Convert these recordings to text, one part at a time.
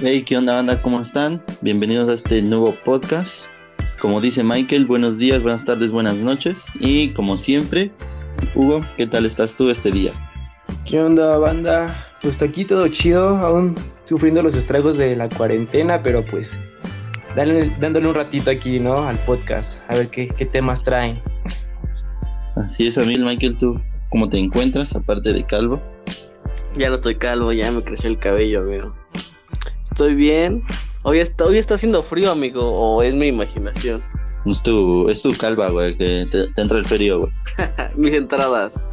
Hey, ¿qué onda banda? ¿Cómo están? Bienvenidos a este nuevo podcast. Como dice Michael, buenos días, buenas tardes, buenas noches. Y como siempre, Hugo, ¿qué tal estás tú este día? ¿Qué onda, banda? Pues aquí todo chido, aún sufriendo los estragos de la cuarentena, pero pues dale- dándole un ratito aquí, ¿no? Al podcast, a ver qué, qué temas traen. Así es, Amil, Michael, ¿tú cómo te encuentras aparte de calvo? Ya no estoy calvo, ya me creció el cabello, amigo. Estoy bien. Hoy está, hoy está haciendo frío, amigo, o es mi imaginación. Es tu, es tu calva, güey, que te, te entra el frío, güey. Ah, Mis entradas.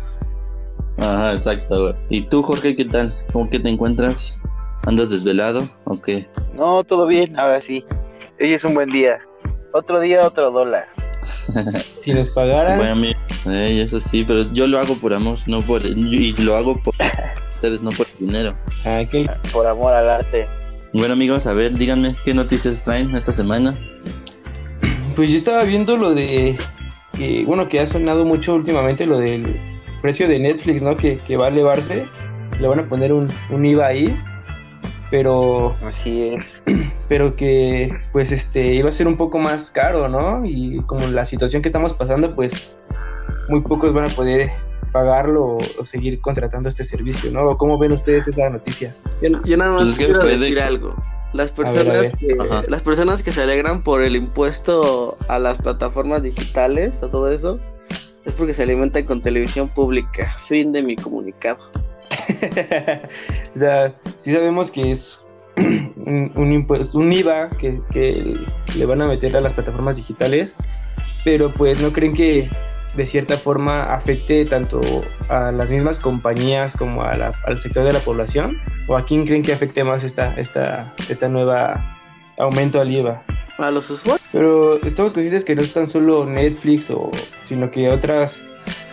Ajá, exacto, güey. ¿Y tú, Jorge, qué tal? ¿Cómo que te encuentras? ¿Andas desvelado o qué? No, todo bien, ahora sí. Hoy es un buen día. Otro día, otro dólar. Si nos pagaran, Bueno, amigo, eh, eso sí, pero yo lo hago por amor, no por... Y lo hago por ustedes, no por dinero. aquel Por amor al arte. Bueno amigos, a ver, díganme qué noticias traen esta semana. Pues yo estaba viendo lo de que, bueno, que ha sonado mucho últimamente lo del precio de Netflix, ¿no? Que, que va a elevarse. Le van a poner un, un IVA ahí. Pero, Así es. pero que, pues, este, iba a ser un poco más caro, ¿no? Y como la situación que estamos pasando, pues, muy pocos van a poder pagarlo o, o seguir contratando este servicio, ¿no? ¿Cómo ven ustedes esa noticia? Yo, yo nada más Pues es que quiero puede decir que- algo. Las ver, a personas, Ajá. que, las personas que se alegran por el impuesto a las plataformas digitales, a todo eso, es porque se alimentan con televisión pública. Fin de mi comunicado. o sea, sí sabemos que es un, un impuesto, un IVA que, que le van a meter a las plataformas digitales, pero pues no creen que de cierta forma afecte tanto a las mismas compañías como a la- al sector de la población, o a quién creen que afecte más esta, esta, esta nueva aumento al IVA. A los usuarios. Pero estamos conscientes que no es tan solo Netflix, o, sino que otras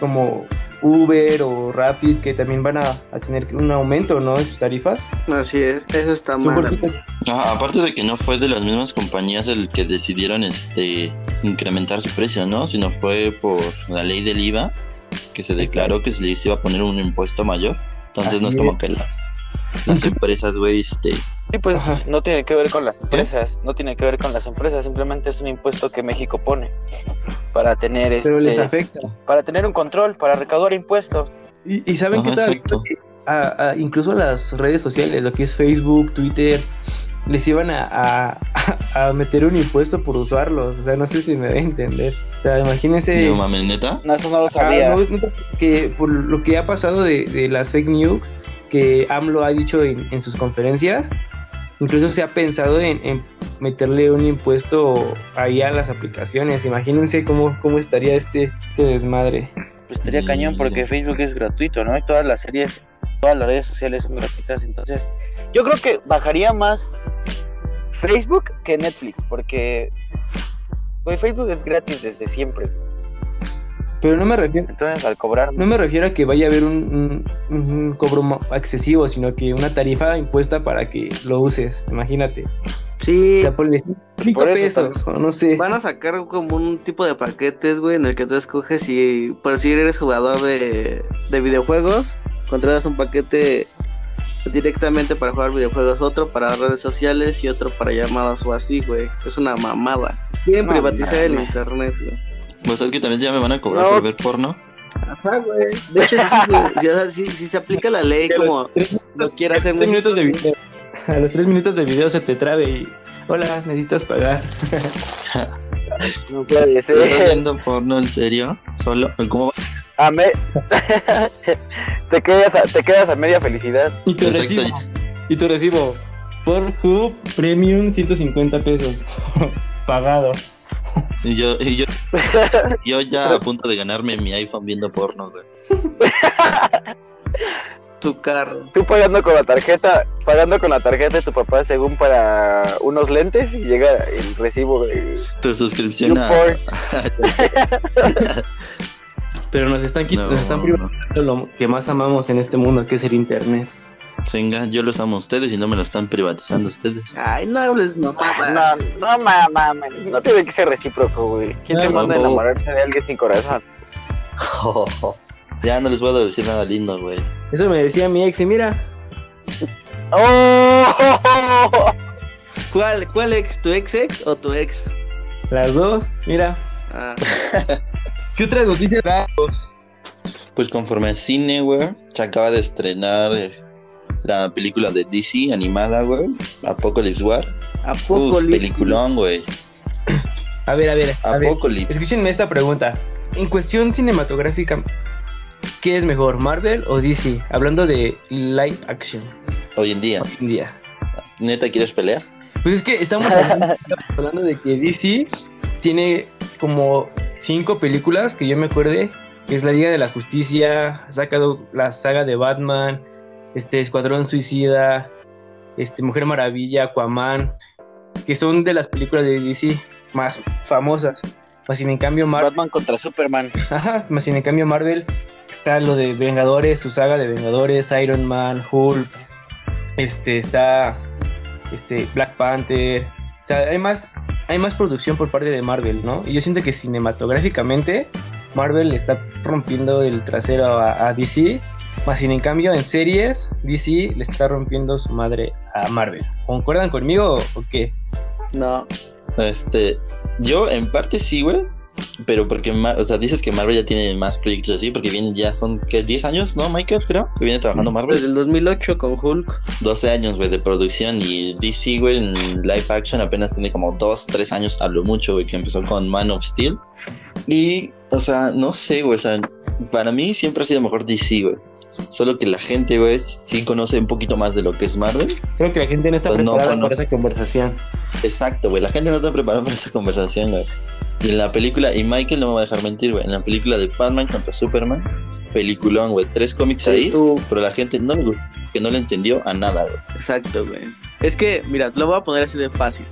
como Uber o Rapid que también van a, a tener un aumento ¿no? en sus tarifas. Así es, eso está ¿Tú, mal. Jorgito? Ajá, Ah, aparte de que no fue de las mismas compañías el que decidieron este incrementar su precio, ¿no? Sino fue por la ley del IVA que se declaró que se les iba a poner un impuesto mayor. Entonces no es Así como es. que las, las empresas, güey, este... Sí, pues Ajá. ¿Eh? no tiene que ver con las empresas. No tiene que ver con las empresas. Simplemente es un impuesto que México pone para tener Pero les este, afecta. para tener un control, para recaudar impuestos. Y, y saben Ajá, qué tal? exacto. A- a- incluso las redes sociales, lo que es Facebook, Twitter, les iban a, a- a- a meter un impuesto por usarlos. O sea, no sé si me voy a entender. O sea, imagínense. No mames, ¿neta? No, eso no lo Ah, sabía. no, es neta que por lo que ha pasado de, de las fake news que AMLO ha dicho en, en sus conferencias, incluso se ha pensado en, en meterle un impuesto ahí a las aplicaciones. Imagínense cómo, cómo estaría este, este desmadre. Pues estaría cañón porque Facebook es gratuito, ¿no? Y todas las series, todas las redes sociales son gratuitas. Entonces, yo creo que bajaría más Facebook que Netflix, porque güey, Facebook es gratis desde siempre. Pero no me refiero, Entonces, al cobrar, no me refiero a que vaya a haber un, un- un cobro mo- excesivo, sino que una tarifa impuesta para que lo uses. Imagínate. O Sí, sea, ponle cinco Por eso, pesos, o no sé. Van a sacar como un tipo de paquetes, güey, en el que tú escoges si, por si eres jugador de, de videojuegos, contratas un paquete directamente para jugar videojuegos, otro para redes sociales y otro para llamadas o así, güey. Es una mamada. Quieren No, privatizar el mames. internet, güey. O sea, Pues es que también ya me van a cobrar No. por ver porno. Ajá, güey. De hecho, sí, güey. Ya, sabes, si, si se aplica la ley Que a los como tres- lo quiera hacer, tres minutos de güey. video. A los tres minutos de video se te trabe y. Hola, necesitas pagar. no ¿eh? puede ¿Estás ser. viendo porno en serio? Solo, ¿cómo? A me- te, quedas a, te quedas a media felicidad. Y tu Exacto. recibo. Y tu recibo. Por Hub Premium 150 pesos. Pagado. Y yo, y yo, yo ya a punto de ganarme mi iPhone viendo porno, güey. tu carro. Tú pagando con la tarjeta, pagando con la tarjeta de tu papá según para unos lentes y llega el recibo. eh, Tu suscripción a... YouPorn. Pero nos están No, quitando, nos están no. privando de lo que más amamos en este mundo, que es el internet. Venga, yo los amo a ustedes y no me lo están privatizando ustedes. Ay, no hables No, mamadas. no mamá, no tiene que ser recíproco, güey. ¿Quién te No, manda a no. enamorarse de alguien sin corazón? ya no les voy a decir nada lindo, güey. Eso me decía mi ex y mira, ¡Oh! ¿Cuál, cuál ex? ¿Tu ex ex o tu ex? Las dos, mira. Ah, ¿Qué otras noticias datos? Pues conforme a cine, güey, se acaba de estrenar eh, la película de DC animada, güey, Apocalypse War. ¿A Uf, poco Liz? peliculón, güey. A ver, a ver, a ver. Apocalypse. Escúchenme esta pregunta. En cuestión cinematográfica, ¿qué es mejor, Marvel o DC? Hablando de live action Hoy en día. hoy en día. ¿Neta quieres pelear? Pues es que estamos hablando, estamos hablando de que DC tiene como cinco películas que yo me acuerde, que es la Liga de la Justicia, ha sacado la saga de Batman, este Escuadrón Suicida, este Mujer Maravilla, Aquaman, que son de las películas de DC más famosas. Más sin en cambio Marvel, Batman contra Superman. ajá, más sin en cambio Marvel está lo de Vengadores, su saga de Vengadores, Iron Man, Hulk, este está este Black Panther, o sea, hay más hay más producción por parte de Marvel, ¿no? Y yo siento que cinematográficamente Marvel le está rompiendo el trasero a, a DC, más sin en cambio en series DC le está rompiendo su madre a Marvel. ¿Concuerdan conmigo o qué? No. Este, yo en parte sí, güey. Pero porque, Mar- o sea, dices que Marvel ya tiene más proyectos así, porque vienen ya son, ¿qué? 10 años, ¿no, Michael? Creo que viene trabajando Marvel. Desde el 2008 con Hulk. 12 años, güey, de producción y DC, güey, en live action apenas tiene como 2, 3 años, hablo mucho, güey, que empezó con Man of Steel. Y, o sea, no sé, güey, o sea, para mí siempre ha sido mejor DC, güey. Solo que la gente, güey, sí conoce un poquito más de lo que es Marvel. Creo que la gente no está Pues no, preparada pues no. para esa conversación. Exacto, güey, la gente no está preparada para esa conversación, güey. Y en la película, y Michael no me va a dejar mentir, güey, en la película de Batman contra Superman, peliculón, güey, tres cómics ahí, Tú. pero la gente no le, gu- que no le entendió a nada, güey. Exacto, güey. Es que, mira, te lo voy a poner así de fácil.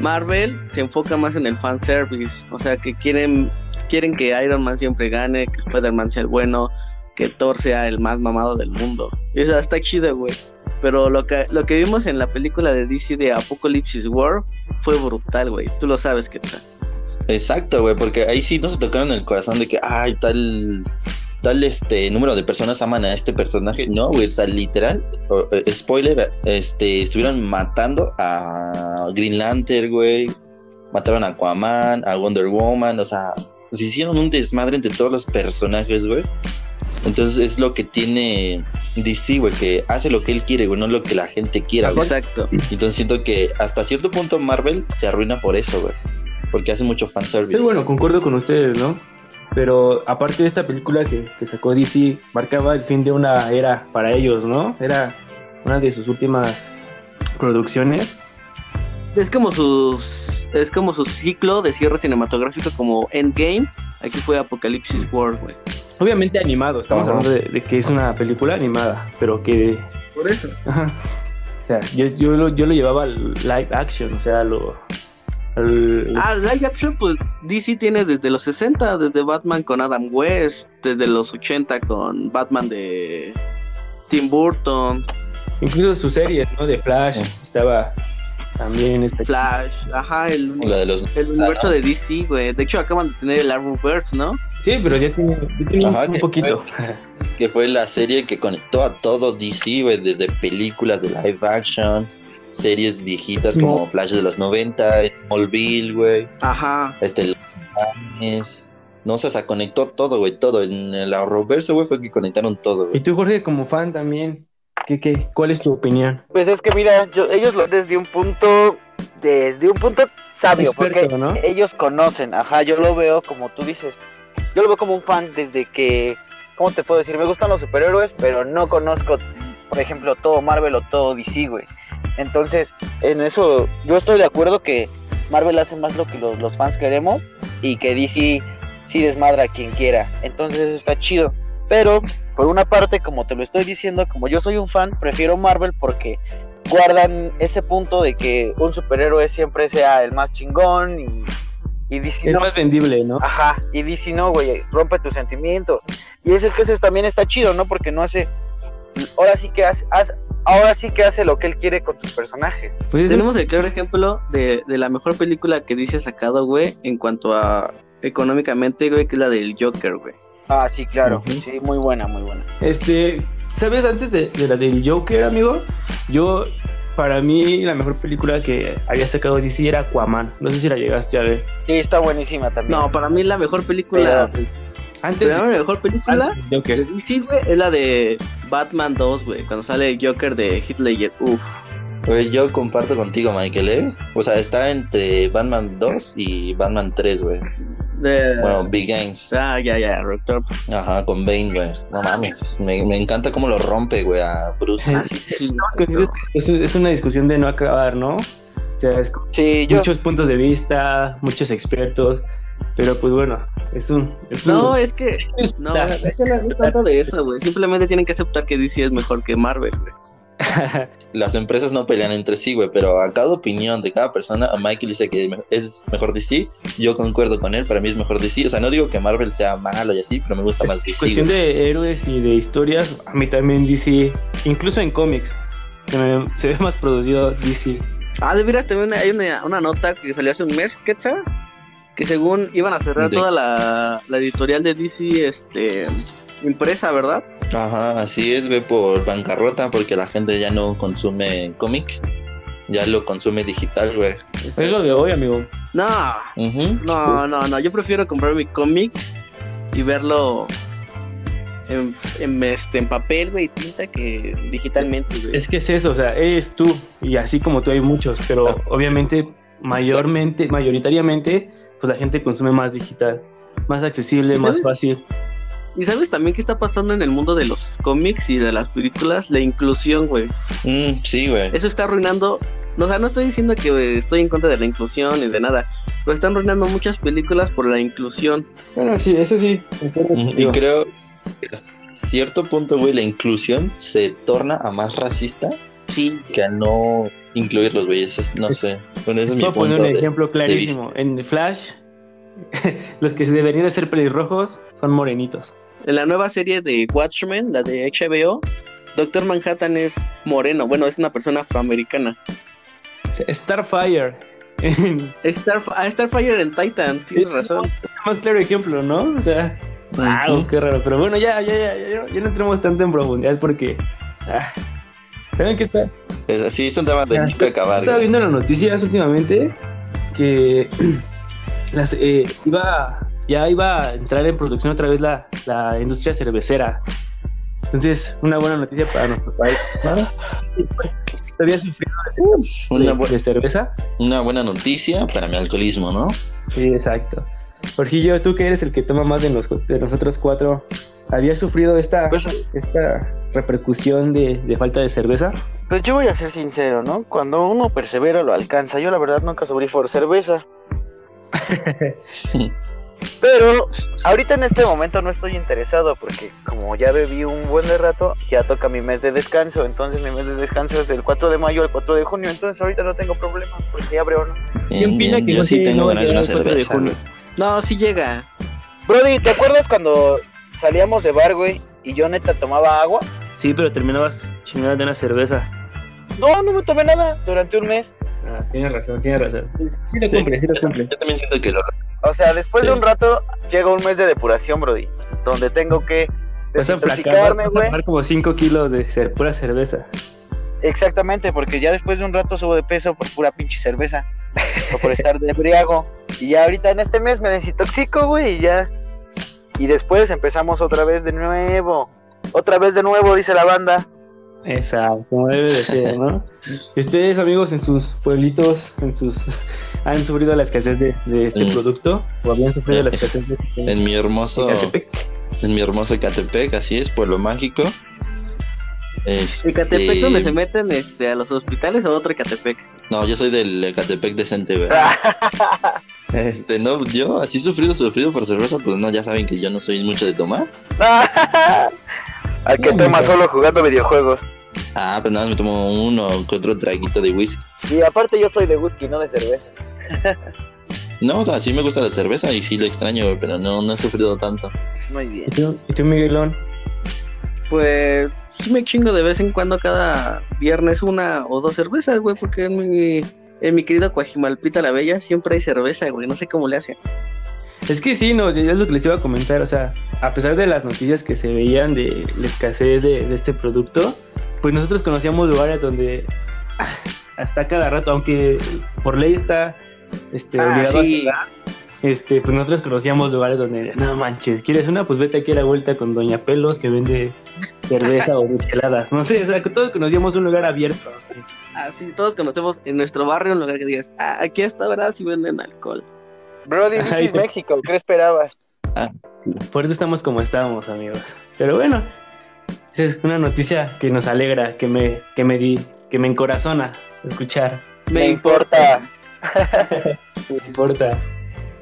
Marvel se enfoca más en el fanservice. O sea, que quieren, quieren que Iron Man siempre gane, que Spider-Man sea el bueno, que Thor sea el más mamado del mundo. Y o sea, está chido, güey. Pero lo que, lo que vimos en la película de DC de Apocalypse War fue brutal, güey. Tú lo sabes, Quetzal. Exacto, güey, porque ahí sí no se tocaron el corazón de que, ay, tal, tal este número de personas aman a este personaje. No, güey, o sea, literal, o- eh, spoiler, este, estuvieron matando a Green Lantern, güey, mataron a Aquaman, a Wonder Woman, o sea, se hicieron un desmadre entre todos los personajes, güey. Entonces es lo que tiene DC, güey, que hace lo que él quiere, güey, no lo que la gente quiera, güey. Exacto. Entonces siento que hasta cierto punto Marvel se arruina por eso, güey. Porque hace mucho fanservice. Pero bueno, concuerdo con ustedes, ¿no? Pero aparte de esta película que, que sacó DC, marcaba el fin de una era para ellos, ¿no? Era una de sus últimas producciones. Es como sus. Es como su ciclo de cierre cinematográfico como Endgame. Aquí fue Apocalypse War, güey. Obviamente animado, estamos Ajá. hablando de, de que es una película animada, pero que... Por eso. ajá. O sea, yo, yo, lo, yo lo llevaba al live action, o sea, lo... al- Ah, live action, pues DC tiene desde los 60, desde Batman con Adam West, desde los 80 con Batman de Tim Burton, incluso sus series, ¿no? De Flash, estaba también... este- Esta Flash, ajá, el, La de los. el universo de DC, güey. De hecho, acaban de tener el Arrowverse, ¿no? Sí, pero ya tiene, ya tiene Ajá, un que- poquito. Que fue la serie que conectó a todo DC, güey. Desde películas de live action, series viejitas como Flash de los 90, Smallville, güey. Ajá, Este. Los Titanes. No, o sea, se conectó todo, güey, todo. En el Arrowverse, güey, fue que conectaron todo, Y güey. tú, Jorge, como fan también, ¿qué, qué, cuál es tu opinión? Pues es que mira, yo- ellos lo desde un punto, desde un punto sabio, Experto, porque ¿no? ellos conocen, ajá, yo lo veo como tú dices, yo lo veo como un fan desde que, ¿cómo te puedo decir? Me gustan los superhéroes, pero no conozco, por ejemplo, todo Marvel o todo DC, güey. Entonces, en eso yo estoy de acuerdo que Marvel hace más lo que los, los fans queremos y que DC sí desmadra a quien quiera. Entonces eso está chido. Pero, por una parte, como te lo estoy diciendo, como yo soy un fan, prefiero Marvel porque guardan ese punto de que un superhéroe siempre sea el más chingón y, y DC Es no. más vendible, ¿no? Ajá, y DC no, güey, rompe tus sentimientos. Y eso que eso también está chido, ¿no? Porque no hace ahora sí que hace, hace- ahora sí que hace lo que él quiere con sus personajes. Pues eso- Tenemos el claro ejemplo de, de la mejor película que dice sacado, güey, en cuanto a económicamente, güey, que es la del Joker, güey. Ah, sí, claro. Ujú. Sí, muy buena, muy buena. este, ¿sabes? Antes de, de la del Joker, amigo, yo Para mí, la mejor película que había sacado DC era Aquaman. No sé si la llegaste a ver. Sí, está buenísima también. No, para mí la mejor película. Antes Pero la mejor película antes de Joker. de DC, güey, es la de Batman 2, güey. Cuando sale el Joker de Hitler. Uf. Güey, yo comparto contigo, Michael, ¿eh? O sea, está entre Batman 2 y Batman 3, güey. De... Bueno, Begins. Ah, ya, ya, Rector. Ajá, con Bane, güey. No mames. Me, me encanta cómo lo rompe, güey, a Bruce. Ah, sí, Considero que Es, es una discusión de no acabar, ¿no? O sea, es como Sí, yo. muchos puntos de vista, muchos expertos. Pero pues bueno, es un. es un- No, es que. No, es que no es tanto de eso, güey. Simplemente tienen que aceptar que DC es mejor que Marvel, güey. Las empresas no pelean entre sí, güey, pero a cada opinión de cada persona, a Michael dice que me- es mejor DC. Yo concuerdo con él, para mí es mejor DC. O sea, no digo que Marvel sea malo y así, pero me gusta más DC, cuestión güey. de héroes y de historias, a mí también DC, incluso en cómics, se, me- se ve más producido DC. Ah, de veras, también hay una, una nota que salió hace un mes, ¿qué tal? Que según iban a cerrar De- toda la, la editorial de DC, este. Impresa, ¿verdad? Ajá, así es, güey, por bancarrota, porque la gente ya no consume cómic. Ya lo consume digital, güey. Es lo de hoy, amigo. No, Ujú. no, no, no. Yo prefiero comprar mi cómic y verlo en, en, este, en papel, güey, y tinta que digitalmente, güey. Es que es eso, o sea, eres tú y así como tú hay muchos, pero Ah. obviamente mayormente, mayoritariamente, pues la gente consume más digital, más accesible, más ¿Sabes? fácil. Y sabes también qué está pasando en el mundo de los cómics y de las películas, la inclusión, güey. Mm, sí, güey. Eso está arruinando. O sea, no estoy diciendo que eh, estoy en contra de la inclusión ni de nada, pero están arruinando muchas películas por la inclusión. Bueno, sí, eso sí. concuerdo Ujú, Y contigo. creo que hasta cierto punto, güey, la inclusión se torna a más racista Sí, que a no incluirlos, güey. Eso es- no sé. Bueno, ese es mi Puedo poner punto. un de- ejemplo clarísimo. En Flash, los que deberían de ser pelirrojos son morenitos. en la nueva serie de Watchmen, la de HBO, Doctor Manhattan es moreno, bueno, es una persona afroamericana. Starfire. Starf- ah, Starfire en Titan, tienes Sí, razón. más claro ejemplo, ¿no? O sea, Ujú. wow, qué raro. Pero bueno, ya, ya, ya, ya, ya no- ya no entremos tanto en profundidad porque. ah, ¿Saben qué está? Es- sí, es un tema de Ah, nunca acabar. Estaba güey. viendo las noticias últimamente que las, eh, iba, ya iba a entrar en producción otra vez la, la industria cervecera. Entonces, una buena noticia para nuestro país. ¿no? pues, Todavía sufriendo de, Una, bu- de cerveza. una buena noticia para mi alcoholismo, ¿no? Sí, exacto. Jorgillo, tú que eres el que toma más de, nos- de nosotros cuatro, ¿habías sufrido esta, Pues- esta repercusión de, de falta de cerveza? Pues yo voy a ser sincero, ¿no? Cuando uno persevera lo alcanza. Yo la verdad nunca sufrí por cerveza. Pero ahorita en este momento no estoy interesado porque como ya bebí un buen de rato, ya toca mi mes de descanso. Entonces mi mes de descanso es del 4 de mayo al 4 de junio. Entonces ahorita no tengo problema pues, porque ya abrió, ¿no? ¿Qué Bien, opina bien, que yo no sí se- tengo no ganas de llega una el 4 de cerveza. junio? güey. No, sí llega. Brody, ¿te acuerdas cuando salíamos de bar, güey? Y yo neta tomaba agua. Sí, pero terminabas chingada de una cerveza. No, no me tomé nada durante un mes. Ah, tienes razón, tienes razón. Sí lo Sí. cumples, sí lo cumples. Yo también siento que lo. O sea, después de Sí. un rato llega un mes de depuración, Brody. Donde tengo que Vas a flacar, desintoxicarme, vas a güey. bajar como 5 kilos de cer- pura cerveza. Exactamente, porque ya después de un rato subo de peso por pura pinche cerveza. o por estar de briago. Y ya ahorita en este mes me desintoxico, güey, y ya. Y después empezamos otra vez de nuevo. Otra vez de nuevo, dice la banda. Exacto, como debe de ser, ¿no? Y ustedes, amigos, en sus pueblitos, en sus han sufrido la escasez de, de este Mm. producto o habían sufrido la escasez de este En mi hermoso. Ecatepec? En mi hermoso Catepec, así es, pueblo mágico. Este, Ecatepec donde se meten este, a los hospitales o otro Ecatepec. No, yo soy del Ecatepec decente, güey. Este, no, yo así sufrido, sufrido por cerveza, pues no, ya saben que yo no soy mucho de tomar. Al que No, toma nunca. solo jugando videojuegos. Ah, pero nada más me tomo uno que otro traguito de whisky. Y aparte yo soy de whisky, no de cerveza. No, o sea, sí me gusta la cerveza y sí lo extraño, güey, pero no, no he sufrido tanto. Muy bien. ¿Y tú, y tú, Miguelón? Pues sí me chingo de vez en cuando cada viernes una o dos cervezas, güey, porque en mi, en mi querido Coajimalpita la Bella siempre hay cerveza, güey, no sé cómo le hacen. Es que sí, no, es lo que les iba a comentar, o sea, a pesar de las noticias que se veían de la escasez de, de este producto, pues nosotros conocíamos lugares donde hasta cada rato, aunque por ley está este, Ah, obligado a sí. cerrar, este, pues nosotros conocíamos lugares donde, no manches, ¿quieres una? Pues vete aquí a la vuelta con Doña Pelos que vende cerveza o micheladas, no sé, o sea, que todos conocíamos un lugar abierto. Así todos conocemos en nuestro barrio un lugar que digas, ah, aquí está, ¿verdad? Si venden alcohol. Brody, this Ay, is te- México, ¿qué esperabas? Por eso estamos como estamos, amigos. Pero bueno, esa es una noticia que nos alegra, que me, que me di, que me encorazona escuchar. Me, Me importa. importa. No importa.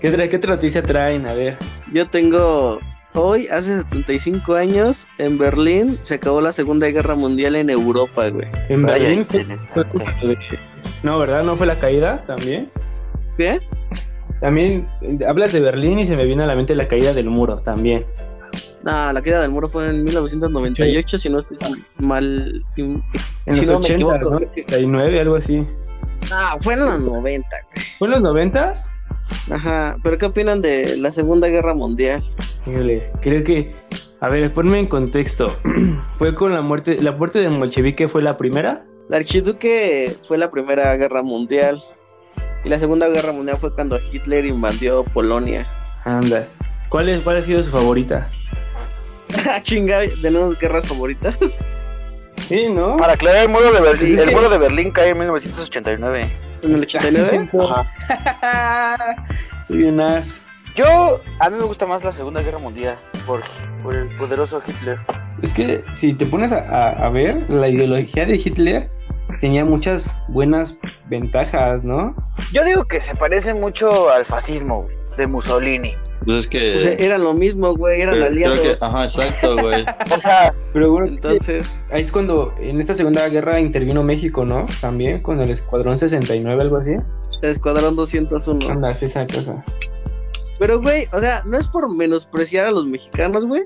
¿Qué, tra- ¿Qué otra noticia traen? A ver. Yo tengo, hoy, hace 75 años, en Berlín, se acabó la Segunda Guerra Mundial en Europa, güey. En Vaya, Berlín fue- fue interesante. como de- No, ¿verdad? ¿No fue la caída también? ¿Qué? También eh, hablas de Berlín y se me viene a la mente la caída del muro también. No, la caída del muro fue en 1998, si no estoy mal. En los Si no me 80, equivoco. ¿no? 89, algo así. Ah, fue en los 90. güey. ¿Fue en los 90? Ajá, pero ¿qué opinan de la Segunda Guerra Mundial? Híjole, creo que. A ver, ponme en contexto. fue con la muerte. ¿La muerte de Molchevique fue la primera? El archiduque fue la Primera Guerra Mundial. Y la Segunda Guerra Mundial fue cuando Hitler invadió Polonia. Anda. ¿Cuál, es, cuál ha sido su favorita? Ah, chinga, tenemos guerras favoritas. Sí, ¿no? Para aclarar, el muro de Berlín, Sí. el muro de Berlín cae en 1989. En ¿Eh? el 89. Soy un as. Yo, a mí me gusta más la Segunda Guerra Mundial por, por el poderoso Hitler. Es que si te pones a, a- a ver, la ideología de Hitler tenía muchas buenas ventajas, ¿no? Yo digo que se parece mucho al fascismo güey, de Mussolini. Pues es que. O sea, era lo mismo, güey, eran creo aliados. que- ajá, exacto, güey. O sea, Pero bueno, Entonces, ahí es cuando en esta Segunda Guerra intervino México, ¿no? También con el Escuadrón 69, algo así. el Escuadrón 201. Anda, sí, esa cosa. Pero, güey, o sea, no es por menospreciar a los mexicanos, güey.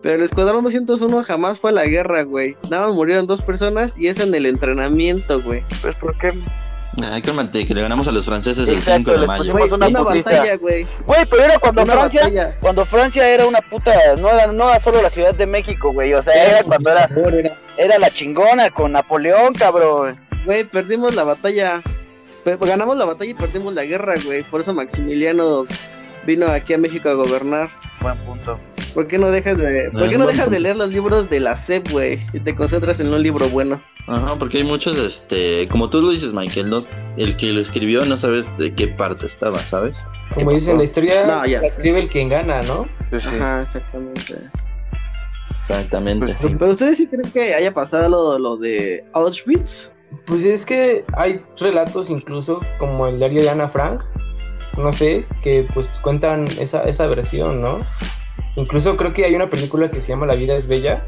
Pero el Escuadrón 201 jamás fue a la guerra, güey. Nada más murieron dos personas y eso en el entrenamiento, güey. pues porque... Ay, cálmate, que le ganamos a los franceses el 5 Exacto, de les mayo. pusimos- Güey, una una, putiza. batalla, güey. Güey, pero era cuando Una Francia... batalla. Cuando Francia era una puta, no era, no era solo la Ciudad de México, güey, o sea, era cuando era, era la chingona con Napoleón, cabrón. Güey, perdimos la batalla. Pe- Ganamos la batalla y perdimos la guerra, güey. Por eso Maximiliano vino aquí a México a gobernar. Buen punto. ¿Por qué no dejas de, ¿por Ah, qué no buen dejas de punto. leer los libros de la SEP, güey? Y te concentras en un libro bueno. Ajá, porque hay muchos, este, como tú lo dices, Michael, no- el que lo escribió no sabes de qué parte estaba, ¿sabes? Como ¿Qué dicen, pasó? la historia No, ya la sé. escribe el quien gana, ¿no? Ajá, exactamente. Exactamente. Pero ustedes Pues sí creen que haya pasado lo, lo de Auschwitz. Pues es que hay relatos incluso como el diario de Ana Frank, no sé, que pues cuentan esa, esa versión, ¿no? Incluso creo que hay una película que se llama La vida es bella,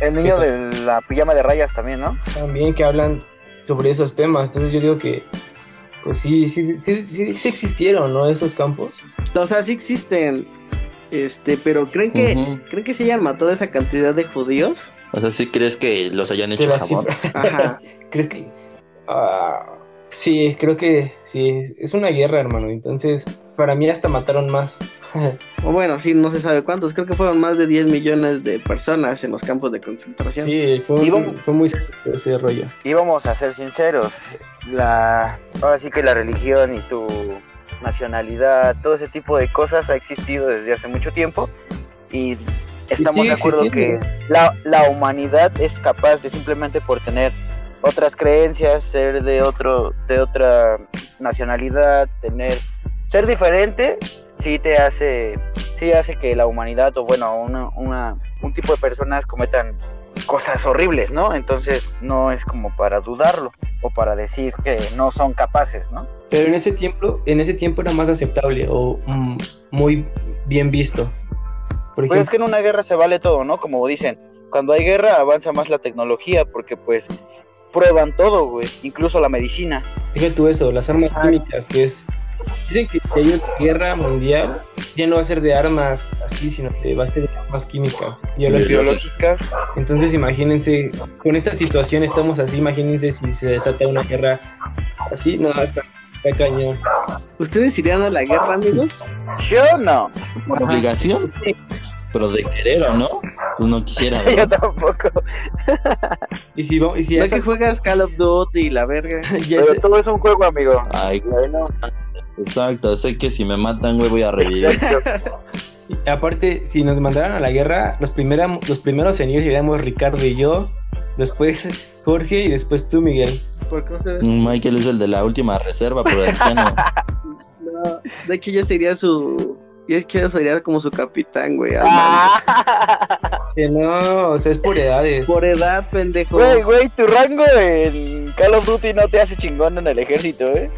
El niño de la pijama de rayas también, ¿no? también que hablan sobre esos temas. Entonces yo digo que pues sí, sí, sí, sí, sí existieron, ¿no? Esos campos. O sea, sí existen. Este, pero ¿creen que, Ujú. ¿creen que se hayan matado esa cantidad de judíos? O sea, ¿sí crees que los hayan hecho Pero jabón? sí, Ajá. ¿Crees que...? ah, sí, creo que sí, es- es una guerra, hermano. Entonces, para mí hasta mataron más. O bueno, sí, no se sabe cuántos. Creo que fueron más de 10 millones de personas en los campos de concentración. Sí, fue, Y un- vamos- fue muy serio ese rollo. Y vamos a ser sinceros, la ahora sí que la religión y tu nacionalidad, todo ese tipo de cosas ha existido desde hace mucho tiempo y estamos sigue de acuerdo que existiendo. la, la humanidad es capaz de simplemente por tener otras creencias, ser de otro de otra nacionalidad, tener ser diferente sí te hace sí hace que la humanidad o bueno, una, una- un tipo de personas cometan cosas horribles, ¿no? Entonces no es como para dudarlo o para decir que no son capaces, ¿no? Pero en ese tiempo, en ese tiempo era más aceptable o mm, muy bien visto. Por Pues es ejemplo, que en una guerra se vale todo, ¿no? Como dicen, cuando hay guerra avanza más la tecnología porque pues prueban todo, güey, incluso la medicina. fíjate tú eso, las Ah. armas químicas, que es dicen que si hay una guerra mundial, ya no va a ser de armas así, sino que va a ser de armas químicas, Biológicas. biológicas. Biológicas. Entonces, imagínense, con esta situación estamos así, imagínense si se desata una guerra así, no, está, está cañón. ¿Ustedes irían a la guerra, amigos? Yo no. ¿Por obligación? Pero de querer o no, pues no quisiera. Yo ¿verdad? tampoco. Y si, va- y si No esa- que juegas Call of Duty y la verga. y Pero esa- todo es un juego, amigo. Ay, güey, no. Exacto, sé que si me matan, güey, voy a revivir. Exacto. y aparte, si nos mandaran a la guerra, los, primera- los primeros en ir seríamos Ricardo y yo, después Jorge y después tú, Miguel. ¿Por qué no se Mm. ve? Michael es el de la última reserva, pero anciano. No, de hecho ya sería su... Ya es que ya sería como su capitán, güey. al mando. Ah, Que no, o sea, es por edades. Por edad, pendejo. Güey, güey, tu rango en Call of Duty no te hace chingón en el ejército, ¿eh?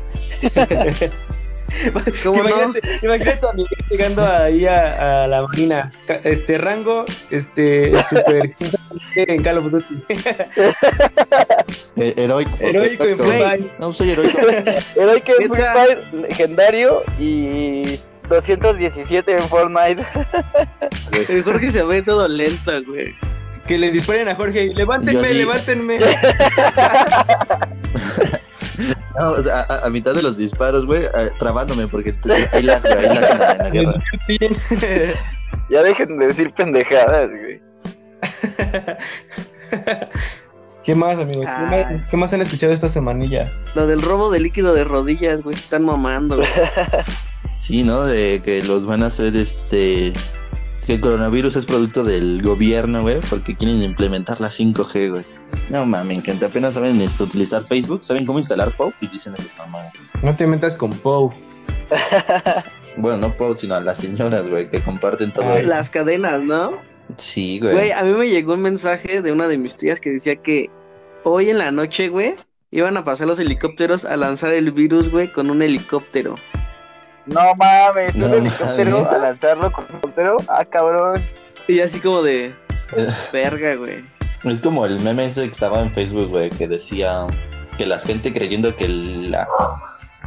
¿Cómo no? imagínate, imagínate a Miguel llegando ahí a, a la marina. Ca- Este rango, este, super en Call of Duty. He- eh, heroico. Heroico en perfecto. Free Güey. Fire. No, soy heroico. Pero hay que en Free Neta. Fire legendario y 217 en Fortnite. El Jorge se ve todo lento, güey. Que le disparen a Jorge. Levántenme, Yo sí. levántenme. No, o sea, a, a mitad de los disparos, güey, eh, trabándome, porque te- ahí las ahí las en la, en la guerra. Ya dejen de decir pendejadas, güey. ¿Qué más, amigos? ¿Qué Ay. más, qué más han escuchado esta semanilla? Lo del robo de líquido de rodillas, güey. se Están mamando, güey. Sí, ¿no? De que los van a hacer este. Que el coronavirus es producto del gobierno, güey, porque quieren implementar la 5G, güey. No mames, que apenas saben este, utilizar Facebook, saben cómo instalar POP y dicen esas mamadas. No te metas con Poe. Bueno, no POP, sino a las señoras, güey, que comparten todo Ay, eso. Las cadenas, ¿no? Sí, Ah, Güey, güey. a mí me llegó un mensaje de una de mis tías que decía que hoy en la noche, güey, iban a pasar los helicópteros a lanzar el virus, güey, con un helicóptero. No mames, un No helicóptero mames. a lanzarlo con un helicóptero. Ah, cabrón. Y así como de verga, güey. Es como el meme ese que estaba en Facebook, güey, que decía que la gente creyendo que el, la-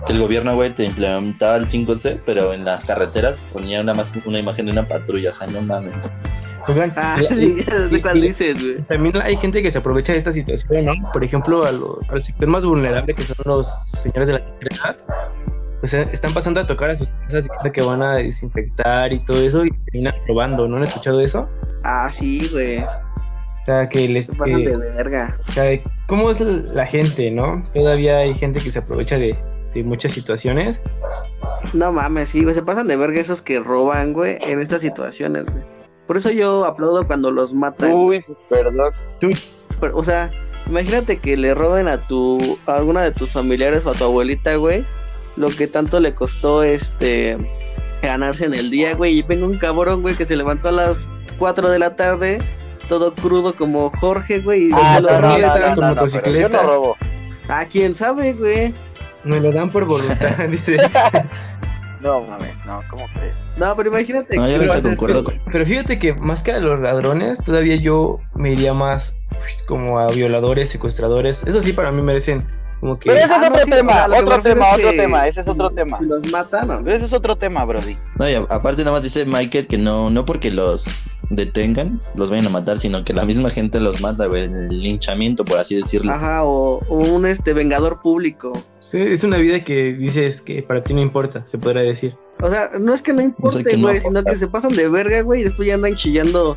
que el gobierno, güey, te implementaba el 5C, pero en las carreteras ponía una, mas- una imagen de una patrulla, o sea, no mames. Oigan, Ah, y- sí, y- ya sé cuál dices, güey. También hay gente que se aprovecha de esta situación, ¿no? Por ejemplo, a lo- al sector más vulnerable que son los señores de la tercera edad, pues eh, están pasando a tocar a sus casas diciendo que van a desinfectar y todo eso y terminan robando, ¿no han escuchado eso? Ah, sí, güey. O sea, que les... Se pasan que- de verga. o sea, ¿Cómo es la gente, no? Todavía hay gente que se aprovecha de, de muchas situaciones. No mames, sí, güey. Se pasan de verga esos que roban, güey, en estas situaciones, güey. Por eso yo aplaudo cuando los matan. Uy, perdón. Pero, o sea, imagínate que le roben a tu a alguna de tus familiares o a tu abuelita, güey, lo que tanto le costó este ganarse en el día, güey, y venga un cabrón, güey, que se levantó a las 4 de la tarde, todo crudo como Jorge, güey, y Ah, se lo no, no, ríe. no, avientan no, con no, no, pero motocicleta. yo no robo. Ah, quién sabe, güey. Me lo dan por voluntad, dice. No mames, no, ¿cómo crees? No, pero imagínate No, yo que nunca haces- concuerdo con Pero fíjate que más que a los ladrones, todavía yo me iría más uy, como a violadores, secuestradores. Eso sí, para mí merecen como que... Pero ese es Ah, no, otro sí, o tema, sea, lo que me otro refiero tema, es otro que- tema, ese es otro tema. Los matan, ¿o no? Pero ese es otro tema, Brody. No, y a- aparte nada más dice Michael que no, no porque los detengan, los vayan a matar, sino que la misma gente los mata, güey, en el linchamiento, por así decirlo. Ajá, o, o un este vengador público. Sí, es una vida que dices que para ti no importa, se podrá decir. O sea, no es que no importe, O sea, que no güey, aporta. sino que se pasan de verga, güey, y después ya andan chillando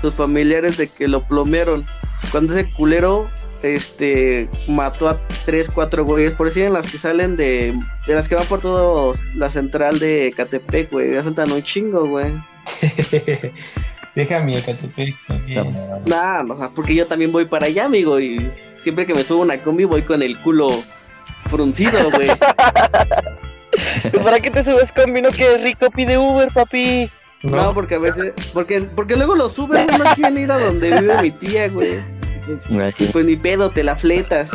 sus familiares de que lo plomearon. Cuando ese culero, este, mató a tres, cuatro güeyes, por decir, en las que salen de, de las que van por todo la central de Catepec, güey, ya sueltan un chingo, güey. Déjame, Ecatepec. eh. también. Nah, o sea, porque yo también voy para allá, amigo, y siempre que me subo a una combi voy con el culo fruncido, güey. ¿Tú para qué te subes con vino que es rico pide Uber, papi? No, porque a veces, porque, porque luego lo suben, güey, no quieren ir a donde vive mi tía, güey. Aquí, Pues ni pedo, te la fletas.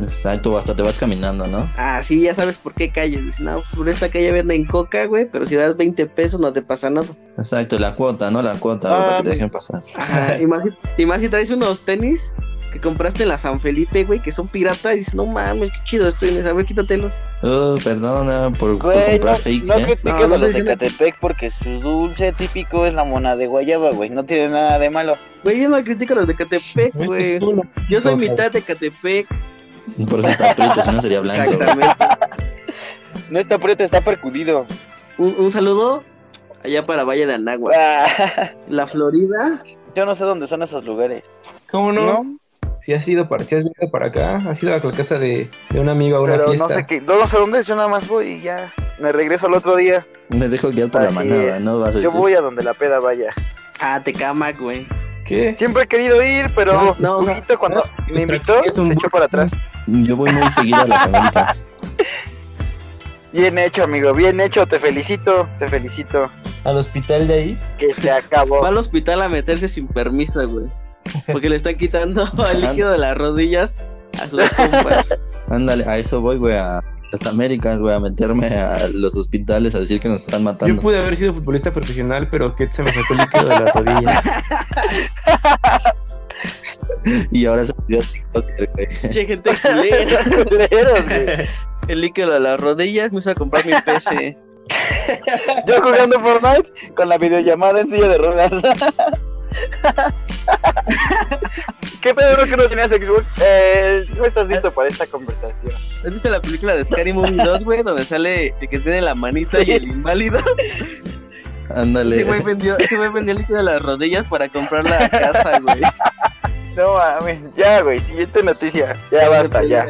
Exacto, hasta te vas caminando, ¿no? Ah, sí, ya sabes por qué calles. Dicen, no, por esta calle venden coca, güey, pero si das 20 pesos no te pasa nada. Exacto, la cuota, ¿no? La cuota, güey, para Ah. que te dejen pasar. Ajá, y, más, si- y más si traes unos tenis que compraste en la San Felipe, güey, que son piratas, y dices, no mames, qué chido estoy en esa, a ver, quítatelos. Uh, perdona por, por Güey, no, comprar fake, no ¿eh? critiques No, no a los estoy de diciendo- Catepec porque su dulce típico es la mona de guayaba, güey. No tiene nada de malo. Güey, yo no critico a los de Catepec, güey. Yo soy mitad de Catepec, Por eso está prieto, si no sería blanco. güey. exactamente. No está preto, está percudido. Un, un saludo allá para Valle de Anáhuac. Ah, La Florida, yo no sé dónde son esos lugares. ¿Cómo no? No, Si has ido para, si has venido para acá, has ido a la casa de, de un amigo a una pero fiesta. no sé qué, no, no sé dónde es, yo nada más voy y ya me regreso al otro día. Me dejo guiar por la Así manada, es. ¿no? Vas a Yo decir. voy a donde la peda vaya. ah, Tecamac, güey. ¿Qué? Siempre he querido ir, pero No, no, o sea, poquito cuando no, me nuestra invitó, calle es un se buen- echó para atrás. Yo voy muy seguido a las Américas. Bien hecho, amigo, bien hecho, te felicito, te felicito. Al hospital de ahí. Que se Va acabó. al hospital a meterse sin permiso, güey. Porque le están quitando el líquido de las rodillas a sus compas. Ándale, a eso voy, güey, a las Américas, güey, a meterme a los hospitales a decir que nos están Yo matando. pues, pude haber sido futbolista profesional, pero que se me sacó el líquido de la rodilla. Y ahora se volvió TikToker, güey. Che, gente culera. Culeros, güey. El líquido de las rodillas me hizo comprar mi PC. Yo jugando Fortnite con la videollamada en silla de ruedas. ¿Qué pedo no que no tenías Xbox? Eh, no estás listo para esta conversación. ¿Has visto la película de Scary Movie 2, güey? Donde sale el que tiene la manita y el inválido. Ándale. Ese güey vendió, ese güey vendió el líquido de las rodillas para comprar la casa, güey. No mames, ya güey, siguiente noticia. Ya basta, ya.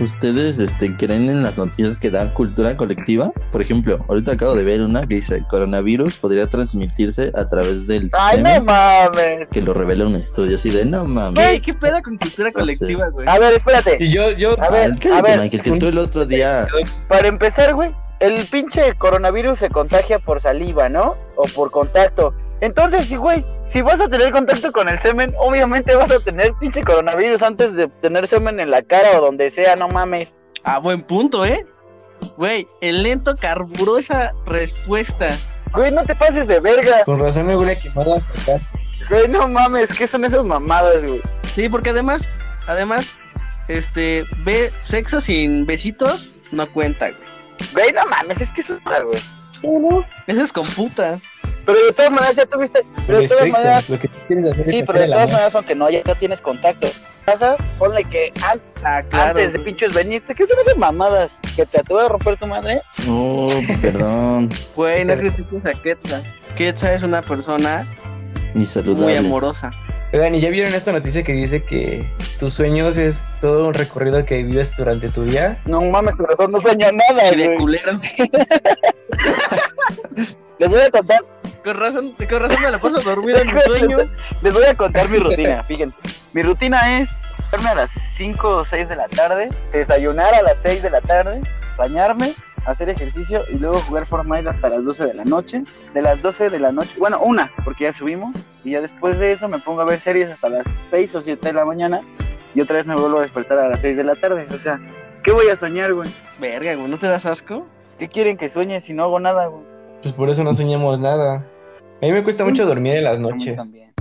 ¿Ustedes este, creen en las noticias que dan cultura colectiva? Por ejemplo, ahorita acabo de ver una que dice, coronavirus podría transmitirse a través del Ay, semen", no mames. que lo revela un estudio así de, no mames. Güey, ¿qué peda con cultura colectiva, güey? A ver, espérate. Y yo, yo, A ver, Ah, cállate, a ver. Michael, que tú el otro día... Para empezar, güey, el pinche coronavirus se contagia por saliva, ¿no? O por contacto. Entonces, sí, güey, si vas a tener contacto con el semen, obviamente vas a tener pinche coronavirus antes de tener semen en la cara o donde sea, no mames. A buen punto, ¿eh? Güey, el lento carburó esa respuesta. Güey, no te pases de verga. con razón me huele quemado hasta acá. Güey, no mames, ¿qué son esas mamadas, güey? Sí, porque además, además, este, ve sexo sin besitos, no cuenta, güey. Güey, no mames, es que es una, güey. Eso es con putas. Pero de todas maneras ya tuviste, pero de Huele todas sexo. maneras Lo que tú quieres hacer Sí, es pero hacer de el todas amor. maneras, aunque no, ya, ya tienes contacto. ¿Pasas? Ponle que an- Ah, claro. antes de pinches venirte. ¿Qué son esas mamadas? ¿Que te atreves a romper tu madre? Oh, perdón. Güey, no critiques a Quetzal. Quetzal es una persona Ni muy saludable. amorosa. Oigan, ¿y ya vieron esta noticia que dice que tus sueños es todo un recorrido que vives durante tu día? No mames, corazón, no sueña nada, Y de güey. culero. Les voy a contar, Con razón, con razón me la paso dormido en mi sueño. les voy a contar mi rutina, fíjense. Mi rutina es darme a las 5 o 6 de la tarde, desayunar a las 6 de la tarde, bañarme, hacer ejercicio y luego jugar Fortnite hasta las 12 de la noche. De las 12 de la noche, bueno, una, porque ya subimos, y ya después de eso me pongo a ver series hasta las 6 o 7 de la mañana y otra vez me vuelvo a despertar a las 6 de la tarde. O sea, ¿qué voy a soñar, güey? Verga, güey, ¿no te das asco? ¿Qué quieren que sueñe si no hago nada, güey? Pues por eso no soñamos nada. A mí me cuesta mucho dormir en las A mí noches. también.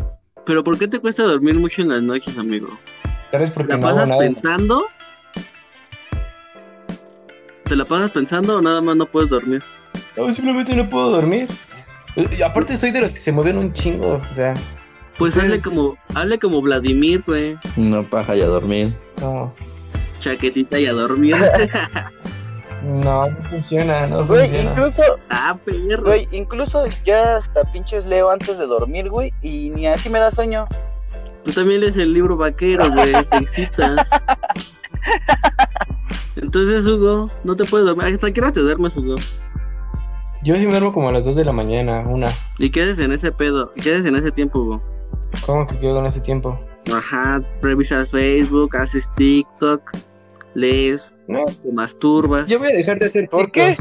Pero ¿por qué te cuesta dormir mucho en las noches, amigo? Tal vez porque ¿La no hago pasas nada. pensando? ¿Te la pasas pensando o nada más no puedes dormir? No, simplemente no puedo dormir. Y aparte soy de los que se mueven un chingo, o sea, Pues Sí, hazle sí. como, hazle como Vladimir, güey. No paja y a dormir. no, Chaquetita y a dormir. no, no funciona, no Güey, funciona. incluso ah, perro. Güey, incluso ya hasta pinches leo antes de dormir, güey, y ni así me da sueño. Tú también lees el libro vaquero, güey. Te excitas. Entonces, Hugo, no te puedes dormir. ¿Hasta qué hora te duermes, Hugo? Yo sí me duermo como a las 2 de la mañana, una. ¿Y qué haces en ese pedo? ¿Y qué haces en ese tiempo, Hugo? ¿Cómo que quedo en ese tiempo? Ajá, revisas Facebook, haces TikTok, lees, No, te masturbas. yo voy a dejar de hacer ¿Por TikTok, qué?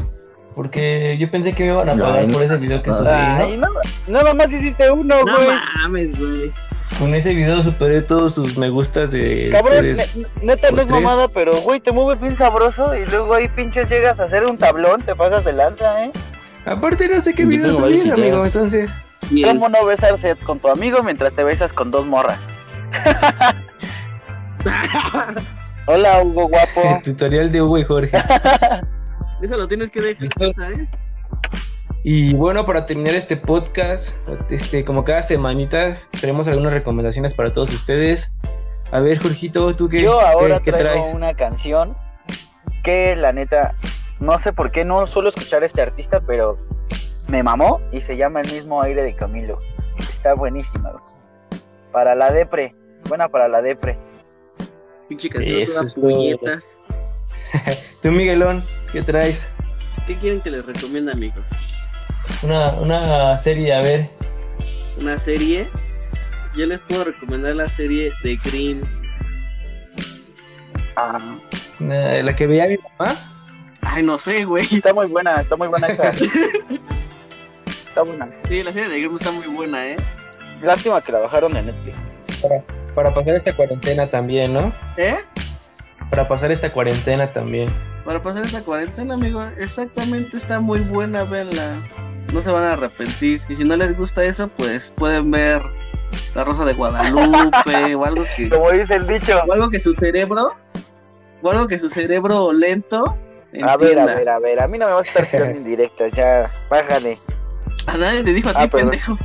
Porque yo pensé que me iban a pagar Ay, por ese video que ay. subí, Ay, ¿no? nada, nada más hiciste uno, no güey. mames, güey. Con ese video superé todos sus me gustas de Cabrón, ustedes. ne- neta no por tres. es mamada, pero güey, te mueves bien sabroso y luego ahí pinches llegas a hacer un tablón, te pasas de lanza, ¿eh? Aparte no sé qué Yo video tengo varias subir, amigo, ideas. entonces. Y el- ¿Cómo no besarse con tu amigo mientras te besas con dos morras? Hola, Hugo guapo. El tutorial de Hugo y Jorge. Eso lo tienes que dejar, ¿Listo? ¿sabes? Y bueno, para terminar este podcast, este, como cada semanita, tenemos algunas recomendaciones para todos ustedes. A ver, Jorgito, ¿tú qué, Yo ahora qué- qué traigo traes? una canción que la neta no sé por qué no suelo escuchar a este artista, pero me mamó y se llama El mismo aire de Camilo. Está buenísima, güey. Para la depre. Buena para la depre. Pinche canción Eso toda es todo. puñetas. Tú, Miguelón, ¿qué traes? ¿Qué quieren que les recomienda, amigos? Una, una serie, a ver. Una serie. Yo les puedo recomendar la serie de Green. Ah, eh, La que veía mi mamá. Ay, no sé, güey. está muy buena, está muy buena esa. está buena. Sí, la serie de Green está muy buena, ¿eh? Lástima que la bajaron de Netflix. Para, para pasar esta cuarentena también, ¿no? ¿Eh? Para pasar esta cuarentena también. Para pasar esa cuarentena, amigo, exactamente está muy buena, véanla. No se van a arrepentir. Y si no les gusta eso, pues pueden ver La Rosa de Guadalupe o algo que Como dice el dicho. o algo que su cerebro o algo que su cerebro lento entienda. A ver, a ver, a ver. A mí no me vas a estar tirando indirectas, ya. Bájale. A nadie le dijo a ti, Ah, perdón. pendejo.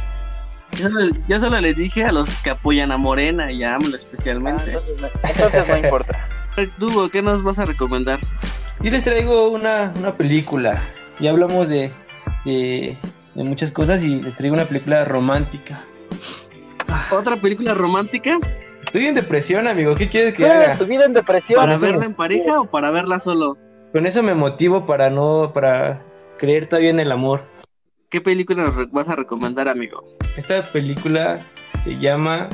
Yo solo, yo solo les dije a los que apoyan a Morena y a AMLO Ah, especialmente. entonces, no, entonces no importa. Dugo, ¿qué nos vas a recomendar? Yo les traigo una, una película. Ya hablamos de, de, de muchas cosas y les traigo una película romántica. ¿Otra película romántica? Estoy en depresión, amigo. ¿Qué quieres que ¿Qué? haga? ¿Tu vida en depresión? ¿Para Sí. verla en pareja o para verla solo? Con eso me motivo para no, para creer todavía en el amor. ¿Qué película nos re- vas a recomendar, amigo? Esta película se llama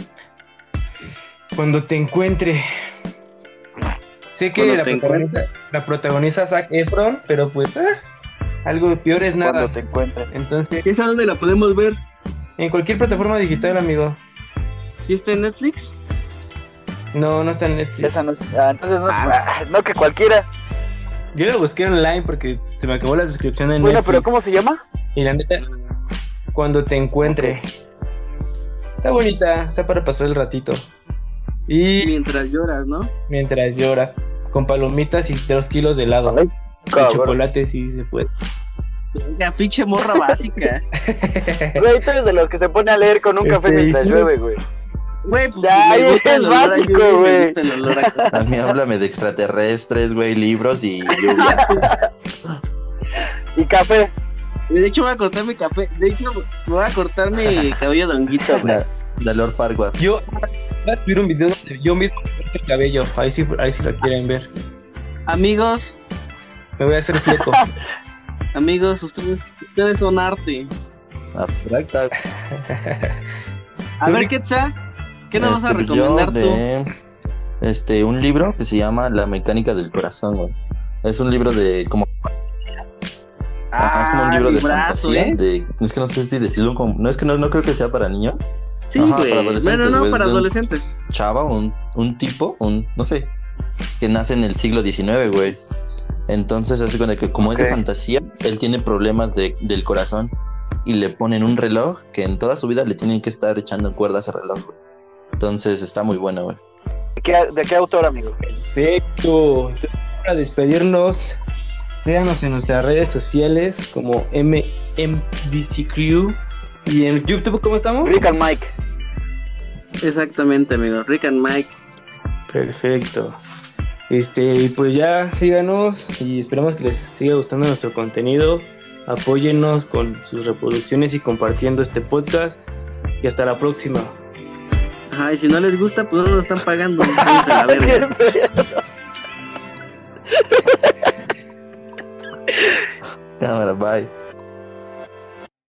Cuando te encuentre. Sé que Cuando la te protagoniza, la protagoniza Zac Efron, pero pues ah, algo peor es nada. Cuando te encuentres. Entonces, ¿Esa dónde la podemos ver? en cualquier plataforma digital, amigo. ¿Y está en Netflix? No, no está en Netflix. Esa no es- ah, entonces no, es- Ah. ah, no que cualquiera. Yo la busqué online porque se me acabó la suscripción en Bueno, Netflix. pero ¿cómo se llama? Y la neta, cuando te encuentre. Está bonita, está para pasar el ratito. Y Mientras lloras, ¿no? mientras llora, con palomitas y dos kilos de helado. Ay, De Cabrón. chocolate sí se puede. La pinche morra básica. Güey, tú eres de los que se pone a leer con un Este, café mientras y- llueve, güey. Güey, pues Ya, me gusta es el olor a básico, lluvia y güey. me gusta el olor a... A mí háblame de extraterrestres, güey, libros y lluvia. Y café. De hecho, voy a cortar mi café. De hecho, voy a cortar mi cabello de honguito, güey. De, de Lord Farquaad. Yo voy a subir un video donde yo mismo me corto el cabello. Ahí sí, ahí sí lo quieren ver. Amigos, Me voy a hacer fleco. amigos, ustedes, ustedes son arte. Abstracta. A ver, ¿qué tal? ¿Qué nos vas a Este, recomendar yo de, Este, un libro que se llama La mecánica del corazón, güey. Es un libro de como tú? Ajá, es como un Ah, libro de librazo, fantasía. ¿eh? de- es que no sé si decirlo como. No es que no, no creo que sea para niños. Sí, Ajá, güey. para No, no, adolescentes, no, güey, para es de un- adolescentes. Chava, un, un tipo, un. No sé. Que nace en el siglo XIX, güey. Entonces, hace cuenta que como es Ok. de fantasía, él tiene problemas de, del corazón. Y le ponen un reloj que en toda su vida le tienen que estar echando cuerdas al reloj, güey. Entonces, está muy bueno, güey. ¿De qué, de qué autor, amigo? Perfecto. Entonces, para despedirnos, síganos en nuestras redes sociales como MMDCCrew. Y en YouTube, ¿cómo estamos? Rick and Mike. Exactamente, amigo. Rick and Mike. Perfecto. Este, y pues ya síganos y esperamos que les siga gustando nuestro contenido. Apóyennos con sus reproducciones y compartiendo este podcast. Y hasta la próxima. Ajá, y si no les gusta, pues no nos están pagando. Váyanse a la verga. Cámara, bye.